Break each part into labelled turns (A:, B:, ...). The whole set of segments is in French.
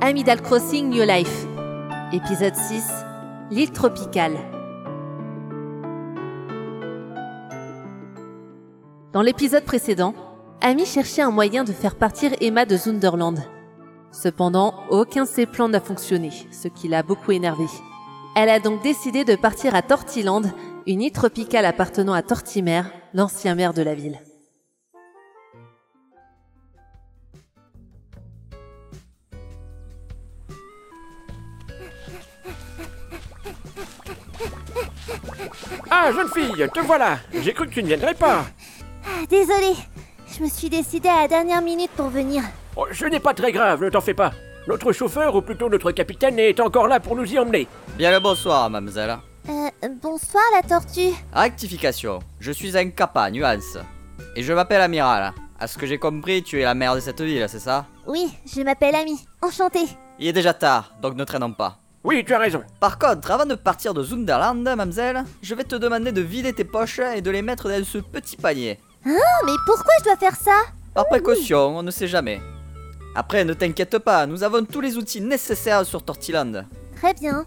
A: Amidal Crossing New Life. Épisode 6. L'île tropicale. Dans l'épisode précédent, Amy cherchait un moyen de faire partir Emma de Zunderland. Cependant, aucun de ses plans n'a fonctionné, ce qui l'a beaucoup énervée. Elle a donc décidé de partir à Tortiland, une île tropicale appartenant à Tortimer, l'ancien maire de la ville.
B: Ah, jeune fille, te voilà J'ai cru que tu ne viendrais pas
C: Désolée, je me suis décidée à la dernière minute pour venir.
B: Oh, Ce n'est pas très grave, ne t'en fais pas. Notre chauffeur, ou plutôt notre capitaine, est encore là pour nous y emmener.
D: Bien le bonsoir, mademoiselle.
C: Euh, bonsoir la tortue.
D: Rectification. Je suis un kappa, nuance. Et je m'appelle Amiral. À ce que j'ai compris, tu es la mère de cette ville, c'est ça
C: Oui, je m'appelle Ami. Enchantée.
D: Il est déjà tard, donc ne traînons pas.
B: Oui, tu as raison.
D: Par contre, avant de partir de Zunderland, mademoiselle, je vais te demander de vider tes poches et de les mettre dans ce petit panier.
C: Oh, mais pourquoi je dois faire ça
D: Par précaution, on ne sait jamais. Après, ne t'inquiète pas, nous avons tous les outils nécessaires sur Tortiland.
C: Très bien.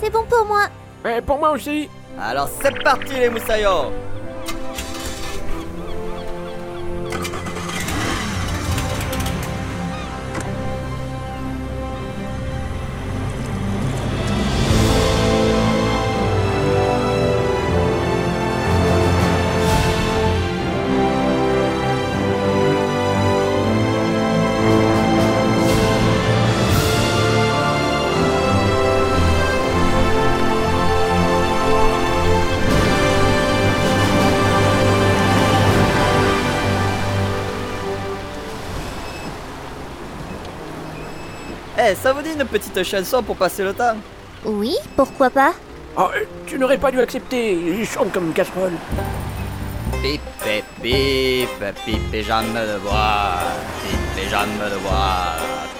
C: C'est bon pour moi.
B: Et pour moi aussi
D: Alors c'est parti les moussaillons Eh, ça vous dit une petite chanson pour passer le temps
C: Oui, pourquoi pas
B: Oh, euh, tu n'aurais pas dû accepter, il chante comme une casserole.
D: Pip, pip, pip, pip et jambes de bois, pip et jambes de bois,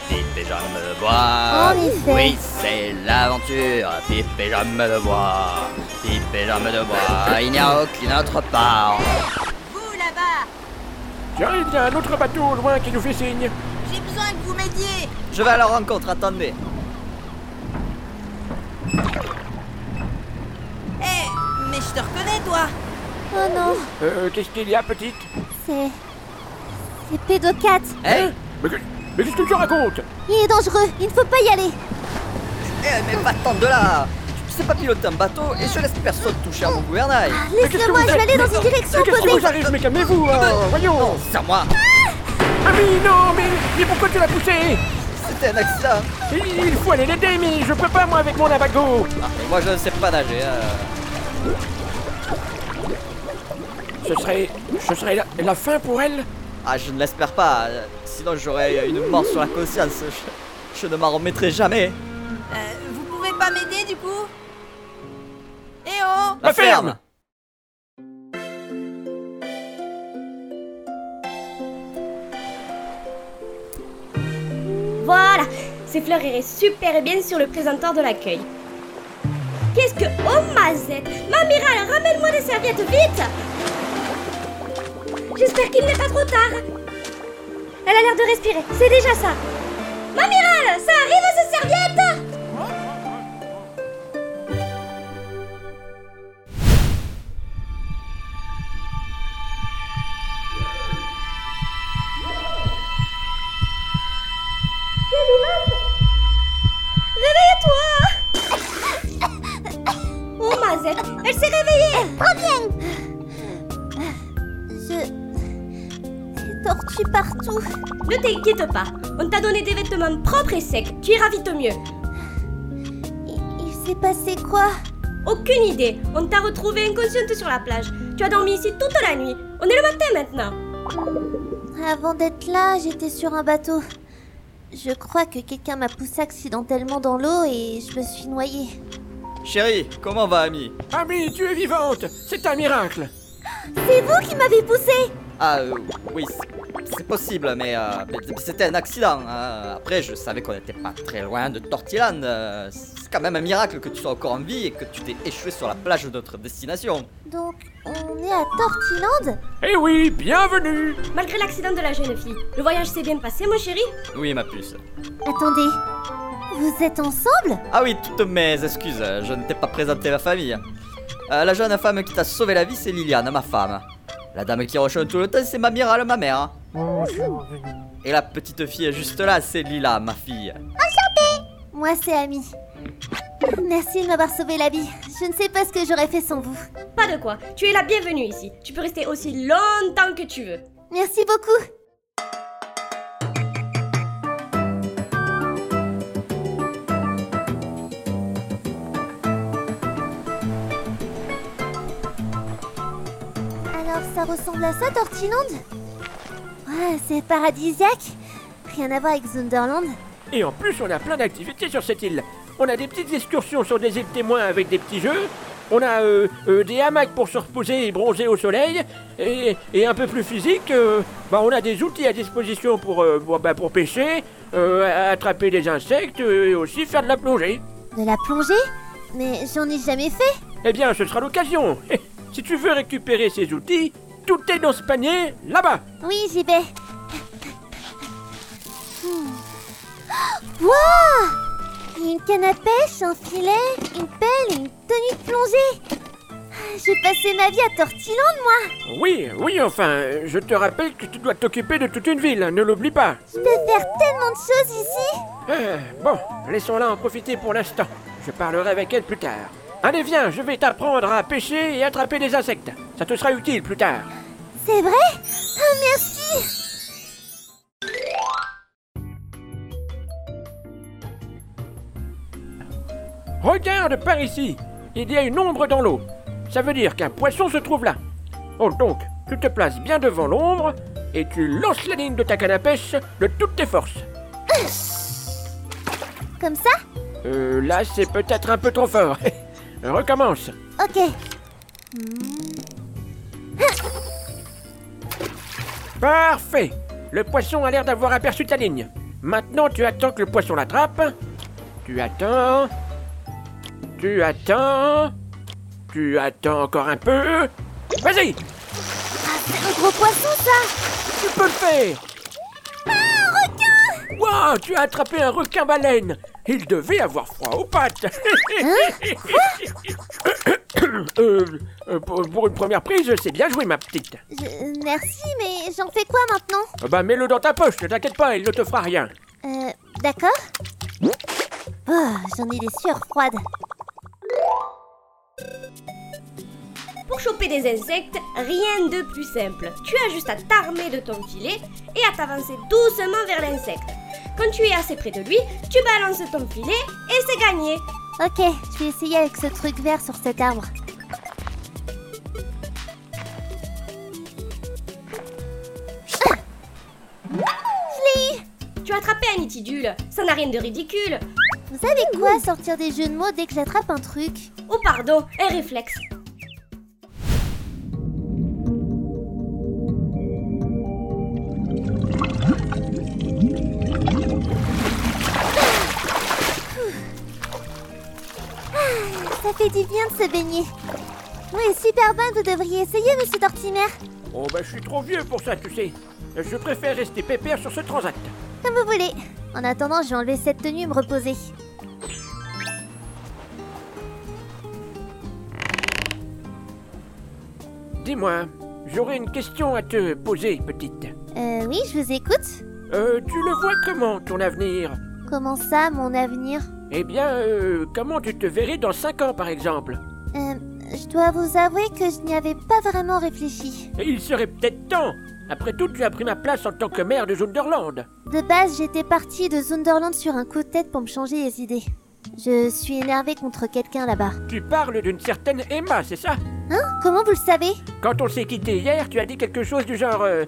D: pip et jambes de bois.
C: En effet.
D: Oui, c'est l'aventure, pip et jambes de bois, pip et jambes de bois, il n'y a aucune autre part.
E: Vous là-bas,
B: Tiens, il y a un autre bateau au loin qui nous fait signe.
E: j'ai besoin que vous m'aidiez.
D: Je vais à leur rencontre, attendez.
E: Eh, mais je te reconnais toi.
C: Oh non,
B: Euh, qu'est-ce qu'il y a, petite
C: c'est. C'est Pédocat.
D: Eh,
B: Mais, que- mais qu'est-ce que tu racontes
C: Il est dangereux, il ne faut pas y aller.
D: eh, mais va-t'en de là Tu sais pas piloter un bateau et je laisse personne toucher à mon gouvernail.
B: Mais qu'est-ce que
C: Laissez-moi,
B: vous
C: je
B: êtes
C: vais aller dans
B: Mais-
C: Ah, une direction
B: mais Qu'est-ce qui
C: opposée.
B: vous arrive Mais calmez-vous, hein, voyons
D: Non, c'est à moi,
B: Ami, Ah non, mais, mais pourquoi tu l'as poussé
D: c'était un accident.
B: Il faut aller l'aider, mais je peux pas, moi, avec mon abago
D: Ah, mais moi je ne sais pas nager. hein.
B: Ce serait... ce serait la, la fin pour elle
D: Ah, je ne l'espère pas, euh, sinon j'aurais une mort sur la conscience. Je, je ne m'en remettrai jamais.
E: Euh, vous pouvez pas m'aider du coup Eh oh
B: La ferme
F: Voilà, ces fleurs iraient super bien sur le présentoir de l'accueil. Qu'est-ce que... Oh mazette Mamiral, ramène-moi des serviettes, vite J'espère qu'il n'est pas trop tard. Elle a l'air de respirer, c'est déjà ça. Mamiral, ça arrive ces serviettes Réveille-toi Oh mazette, elle s'est réveillée
C: Euh, Je. Des tortues partout.
F: Ne t'inquiète pas, on t'a donné des vêtements propres et secs, tu iras vite mieux.
C: Il, il s'est passé quoi
F: Aucune idée, on t'a retrouvée inconsciente sur la plage. Tu as dormi ici toute la nuit, on est le matin maintenant.
C: Avant d'être là, j'étais sur un bateau. Je crois que quelqu'un m'a poussé accidentellement dans l'eau et je me suis noyée.
D: Chérie, comment va Ami
B: Ami, Ah tu es vivante C'est un miracle
C: C'est vous qui m'avez poussée
D: Ah euh, oui, c'est- c'est possible, mais euh, mais c'était un accident. hein. Après, je savais qu'on n'était pas très loin de Tortilland. euh, c'est quand même un miracle que tu sois encore en vie et que tu t'es échoué sur la plage de notre destination.
C: Donc, on est à Tortiland
B: Eh oui, bienvenue
F: Malgré l'accident de la jeune fille, le voyage s'est bien passé, mon chéri
D: Oui, ma puce.
C: Attendez, vous êtes ensemble
D: Ah oui, toutes mes excuses, euh, je ne t'ai pas présenté ma famille. Euh, la jeune femme qui t'a sauvé la vie, c'est Liliane, ma femme. La dame qui rechauffe tout le temps, c'est Mamiral, ma mère. Et la petite fille juste là, c'est Lila, ma fille.
C: Moi, c'est Ami. Merci de m'avoir sauvé la vie. Je ne sais pas ce que j'aurais fait sans vous.
F: Pas de quoi, tu es la bienvenue ici. Tu peux rester aussi longtemps que tu veux.
C: Merci beaucoup. Alors, ça ressemble à ça, Tortiland Ouais, c'est paradisiaque. Rien à voir avec Zunderland.
B: Et en plus, on a plein d'activités sur cette île. On a des petites excursions sur des îles témoins avec des petits jeux. On a euh, euh, des hamacs pour se reposer et bronzer au soleil. Et, et un peu plus physique, euh, bah, on a des outils à disposition pour, euh, pour, bah, pour pêcher, euh, attraper des insectes euh, et aussi faire de la plongée.
C: De la plongée Mais j'en ai jamais fait.
B: Eh bien, ce sera l'occasion. Eh, si tu veux récupérer ces outils, tout est dans ce panier là-bas.
C: Oui, j'y vais. Hmm. Waouh Il y a une canne à pêche, un filet, une pelle et une tenue de plongée. Ah, J'ai passé ma vie à Tortillande, moi.
B: Oui, oui, enfin, euh, je te rappelle que tu dois t'occuper de toute une ville, hein, ne l'oublie pas.
C: Je peux faire tellement de choses ici.
B: Euh, bon, laissons-la en profiter pour l'instant. Je parlerai avec elle plus tard. Allez, viens, je vais t'apprendre à pêcher et attraper des insectes. Ça te sera utile plus tard.
C: C'est vrai Ah, Merci
B: Regarde par ici. Il y a une ombre dans l'eau. Ça veut dire qu'un poisson se trouve là. Oh, donc, tu te places bien devant l'ombre et tu lances la ligne de ta canne à pêche de toutes tes forces.
C: Comme ça
B: Euh, là, c'est peut-être un peu trop fort. Recommence.
C: Ok.
B: Parfait Le poisson a l'air d'avoir aperçu ta ligne. Maintenant, tu attends que le poisson l'attrape. Tu attends. Tu attends. Tu attends encore un peu. Vas-y
C: Un gros poisson, ça
B: Tu peux le faire Ah, un requin Waouh Tu as attrapé un requin-baleine Il devait avoir froid aux pattes Hein, Euh, euh, pour, pour une première prise, c'est bien joué, ma petite.
C: Je- Merci, mais j'en fais quoi maintenant
B: Ah Bah, mets-le dans ta poche, ne t'inquiète pas, il ne te fera rien.
C: Euh, d'accord. Oh, j'en ai des sueurs froides.
F: Pour choper des insectes, rien de plus simple. Tu as juste à t'armer de ton filet et à t'avancer doucement vers l'insecte. Quand tu es assez près de lui, tu balances ton filet et c'est gagné.
C: Ok, je vais essayer avec ce truc vert sur cet arbre.
F: Tu as attrapé un itidule, ça n'a rien de ridicule.
C: Vous savez quoi Sortir des jeux de mots dès que j'attrape un truc.
F: Oh pardon, un réflexe.
C: Ça fait du bien de se baigner. Oui, super bonne, vous devriez essayer, monsieur Tortimer.
B: Oh, bah, je suis trop vieux pour ça, tu sais. Je préfère rester pépère sur ce transat.
C: Comme vous voulez. En attendant, je vais enlever cette tenue et me reposer.
B: Dis-moi, j'aurais une question à te poser, petite.
C: Euh, oui, je vous écoute.
B: Euh, tu le vois comment, ton avenir
C: Comment ça, mon avenir
B: Eh bien, euh, comment tu te verrais dans 5 ans, par exemple
C: Euh, je dois vous avouer que je n'y avais pas vraiment réfléchi.
B: Et Il serait peut-être temps Après tout, tu as pris ma place en tant que maire de Zunderland.
C: De base, j'étais partie de Zunderland sur un coup de tête pour me changer les idées. Je suis énervée contre quelqu'un là-bas.
B: Tu parles d'une certaine Emma, c'est ça
C: Hein Comment vous le savez
B: Quand on s'est quitté hier, tu as dit quelque chose du genre euh,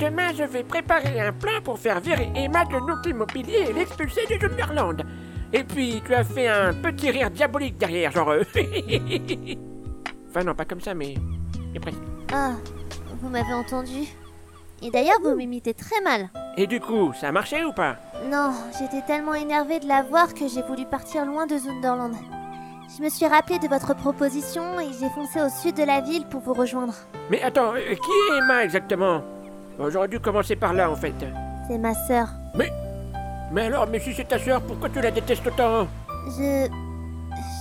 B: Demain, je vais préparer un plan pour faire virer Emma de notre immobilier et l'expulser de Zunderland. Et puis, tu as fait un petit rire diabolique derrière, genre... euh, enfin, non, pas comme ça, mais... mais presque.
C: Ah, vous m'avez entendu Et d'ailleurs, vous m'imitez très mal.
B: Et du coup, ça a marché ou pas
C: Non, j'étais tellement énervée de la voir que j'ai voulu partir loin de Zunderland. Je me suis rappelée de votre proposition et j'ai foncé au sud de la ville pour vous rejoindre.
B: Mais attends, euh, qui est Emma exactement Euh, J'aurais dû commencer par là en fait.
C: C'est ma sœur.
B: Mais alors, mais si c'est ta sœur, pourquoi tu la détestes autant
C: Je...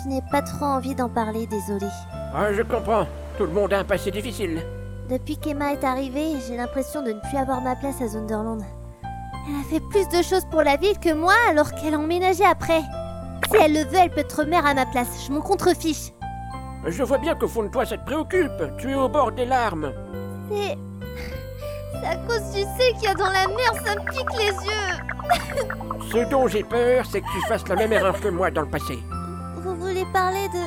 C: Je n'ai pas trop envie d'en parler, désolée.
B: Ah, je comprends. Tout le monde a un passé difficile.
C: Depuis qu'Emma est arrivée, j'ai l'impression de ne plus avoir ma place à Zunderland. Elle a fait plus de choses pour la ville que moi alors qu'elle a emménagé après. Si elle le veut, elle peut être mère à ma place, je m'en contrefiche.
B: Je vois bien qu'au fond de toi ça te préoccupe. Tu es au bord des larmes.
C: C'est... C'est à cause du sais qu'il y a dans la mer, ça me pique les yeux.
B: Ce dont j'ai peur, c'est que tu fasses la même erreur que moi dans le passé.
C: Vous voulez parler de...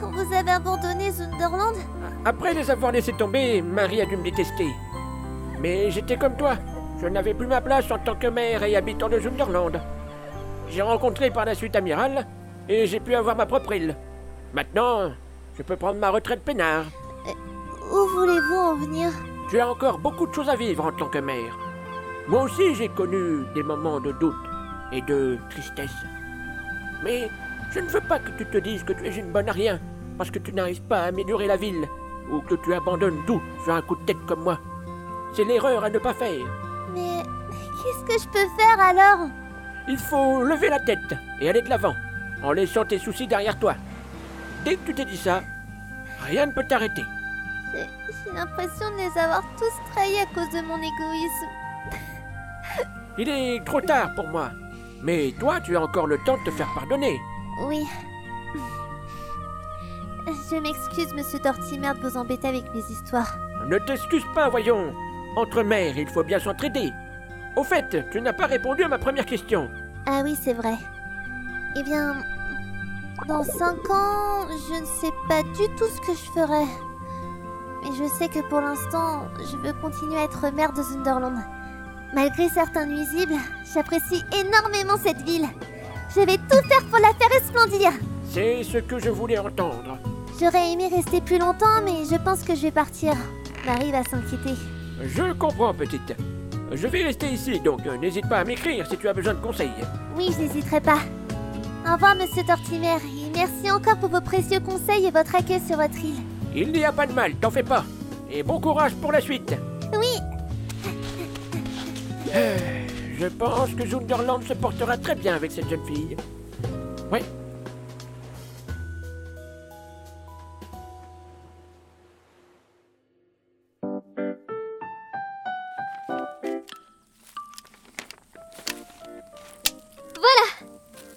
C: Quand vous avez abandonné Zunderland
B: Après les avoir laissés tomber, Marie a dû me détester. Mais j'étais comme toi. Je n'avais plus ma place en tant que mère et habitant de Zunderland. J'ai rencontré par la suite Amiral et j'ai pu avoir ma propre île. Maintenant, je peux prendre ma retraite peinard.
C: Où voulez-vous en venir
B: Tu as encore beaucoup de choses à vivre en tant que mère. Moi aussi, j'ai connu des moments de doute et de tristesse. Mais je ne veux pas que tu te dises que tu es une bonne à rien, parce que tu n'arrives pas à améliorer la ville, ou que tu abandonnes tout sur un coup de tête comme moi. C'est l'erreur à ne pas faire.
C: Mais... Qu'est-ce que je peux faire alors
B: Il faut lever la tête et aller de l'avant, en laissant tes soucis derrière toi. Dès que tu t'es dit ça, rien ne peut t'arrêter.
C: J'ai j'ai l'impression de les avoir tous trahis à cause de mon égoïsme.
B: Il est trop tard pour moi. Mais toi, tu as encore le temps de te faire pardonner.
C: Oui. Je m'excuse, monsieur Dortimer, de vous embêter avec mes histoires.
B: Ne t'excuse pas, voyons. Entre mères, il faut bien s'entraider. Au fait, tu n'as pas répondu à ma première question.
C: Ah oui, c'est vrai. Eh bien, dans 5 ans, je ne sais pas du tout ce que je ferai. Mais je sais que pour l'instant, je veux continuer à être mère de Zunderland. Malgré certains nuisibles, j'apprécie énormément cette ville. Je vais tout faire pour la faire resplendir.
B: C'est ce que je voulais entendre.
C: J'aurais aimé rester plus longtemps, mais je pense que je vais partir. Marie va s'inquiéter.
B: Je comprends, petite. Je vais rester ici, donc euh, n'hésite pas à m'écrire si tu as besoin de conseils.
C: Oui, je n'hésiterai pas. Au revoir, monsieur Tortimer, et merci encore pour vos précieux conseils et votre accueil sur votre île.
B: Il n'y a pas de mal, t'en fais pas. Et bon courage pour la suite.
C: Oui,
B: Euh, Je pense que Zunderland se portera très bien avec cette jeune fille. Ouais.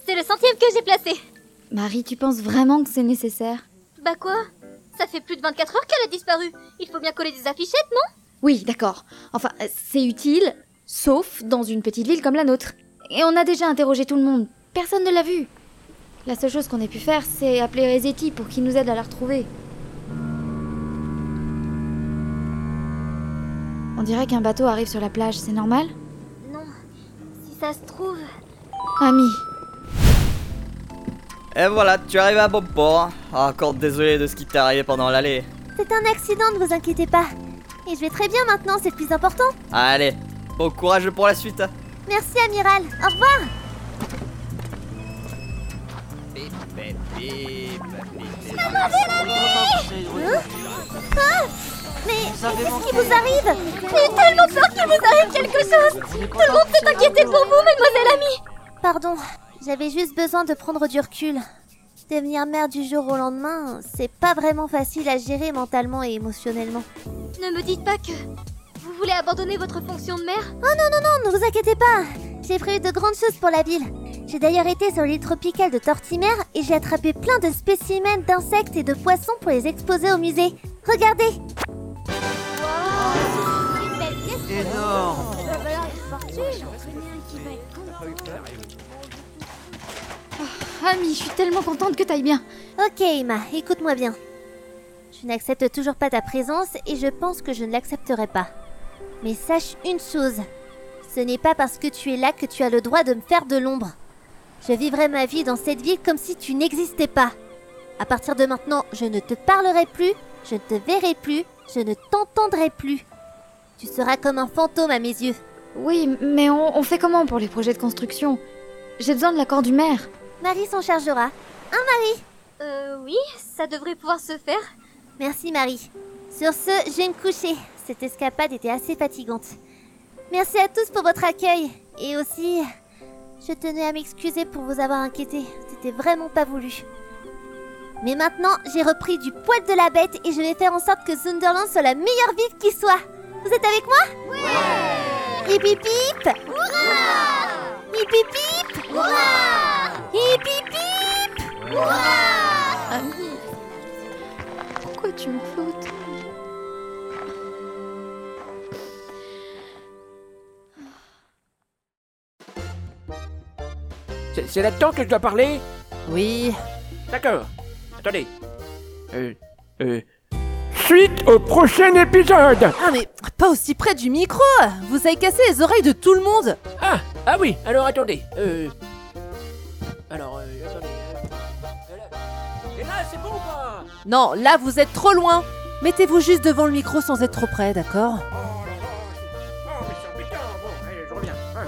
G: C'est le centième que j'ai placé.
H: Marie, tu penses vraiment que c'est nécessaire
G: Bah quoi Ça fait plus de 24 heures qu'elle a disparu. Il faut bien coller des affichettes, non
H: Oui, d'accord. Enfin, euh, c'est utile, sauf dans une petite ville comme la nôtre. Et on a déjà interrogé tout le monde. Personne ne l'a vue. La seule chose qu'on ait pu faire, c'est appeler Rezetti pour qu'il nous aide à la retrouver. On dirait qu'un bateau arrive sur la plage, c'est normal
G: Non. Si ça se trouve...
H: Ami,
D: Et voilà, tu arrives à bon port. Ah, Encore désolé de ce qui t'est arrivé pendant l'allée.
C: c'est un accident, ne vous inquiétez pas. Et je vais très bien maintenant, c'est le plus important.
D: Allez, bon courage pour la suite.
C: Merci, amiral. Au revoir. Hein Mais qu'est-ce qui vous arrive
G: J'ai tellement peur qu'il vous arrive quelque chose Tout le monde s'est inquiété pour vous, mademoiselle amie
C: Pardon, j'avais juste besoin de prendre du recul. Devenir mère du jour au lendemain, c'est pas vraiment facile à gérer mentalement et émotionnellement.
G: Ne me dites pas que... Vous voulez abandonner votre fonction de mère
C: Non, ne vous inquiétez pas, j'ai prévu de grandes choses pour la ville. J'ai d'ailleurs été sur l'île tropicale de Tortimer et j'ai attrapé plein de spécimens d'insectes et de poissons pour les exposer au musée. Regardez
I: Énorme
H: ami, Ah, je suis tellement contente que t'ailles bien.
C: Ok Emma, écoute-moi bien. Je n'accepte toujours pas ta présence et je pense que je ne l'accepterai pas. Mais sache une chose, ce n'est pas parce que tu es là que tu as le droit de me faire de l'ombre. Je vivrai ma vie dans cette ville comme si tu n'existais pas. À partir de maintenant, je ne te parlerai plus, je ne te verrai plus, je ne t'entendrai plus. Tu seras comme un fantôme à mes yeux.
H: Oui, mais on, on fait comment pour les projets de construction J'ai besoin de l'accord du maire.
C: Marie s'en chargera. Hein, Marie
G: Euh, oui, ça devrait pouvoir se faire.
C: Merci, Marie. Sur ce, je vais me coucher. Cette escapade était assez fatigante. Merci à tous pour votre accueil. Et aussi, je tenais à m'excuser pour vous avoir inquiété. C'était vraiment pas voulu. Mais maintenant, j'ai repris du poil de la bête et je vais faire en sorte que Sunderland soit la meilleure ville qui soit. Vous êtes avec moi Ouais Hip hip hip Hurrah Hip hip hip Hurrah Hip hip hip Hurrah
H: Ami, pourquoi tu me fais autant
B: C'est- C'est là-dedans que je dois parler
A: Oui,
B: D'accord. Attendez. Euh, euh, Suite au prochain épisode
A: Ah mais pas aussi près du micro Vous avez cassé les oreilles de tout le monde
B: Ah Ah oui, alors attendez. Euh... Alors, euh, attendez. euh, là- Et là, c'est bon ou pas
A: Non, là vous êtes trop loin Mettez-vous juste devant le micro sans être trop près, d'accord
B: Oh là là, c'est- oh, mais c'est embêtant. Bon, allez, je reviens. Hein.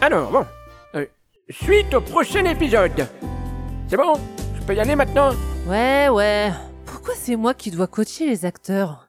B: Alors, bon. Euh, suite au prochain épisode. C'est bon Je peux y aller maintenant
A: Ouais, ouais. Pourquoi c'est moi qui dois coacher les acteurs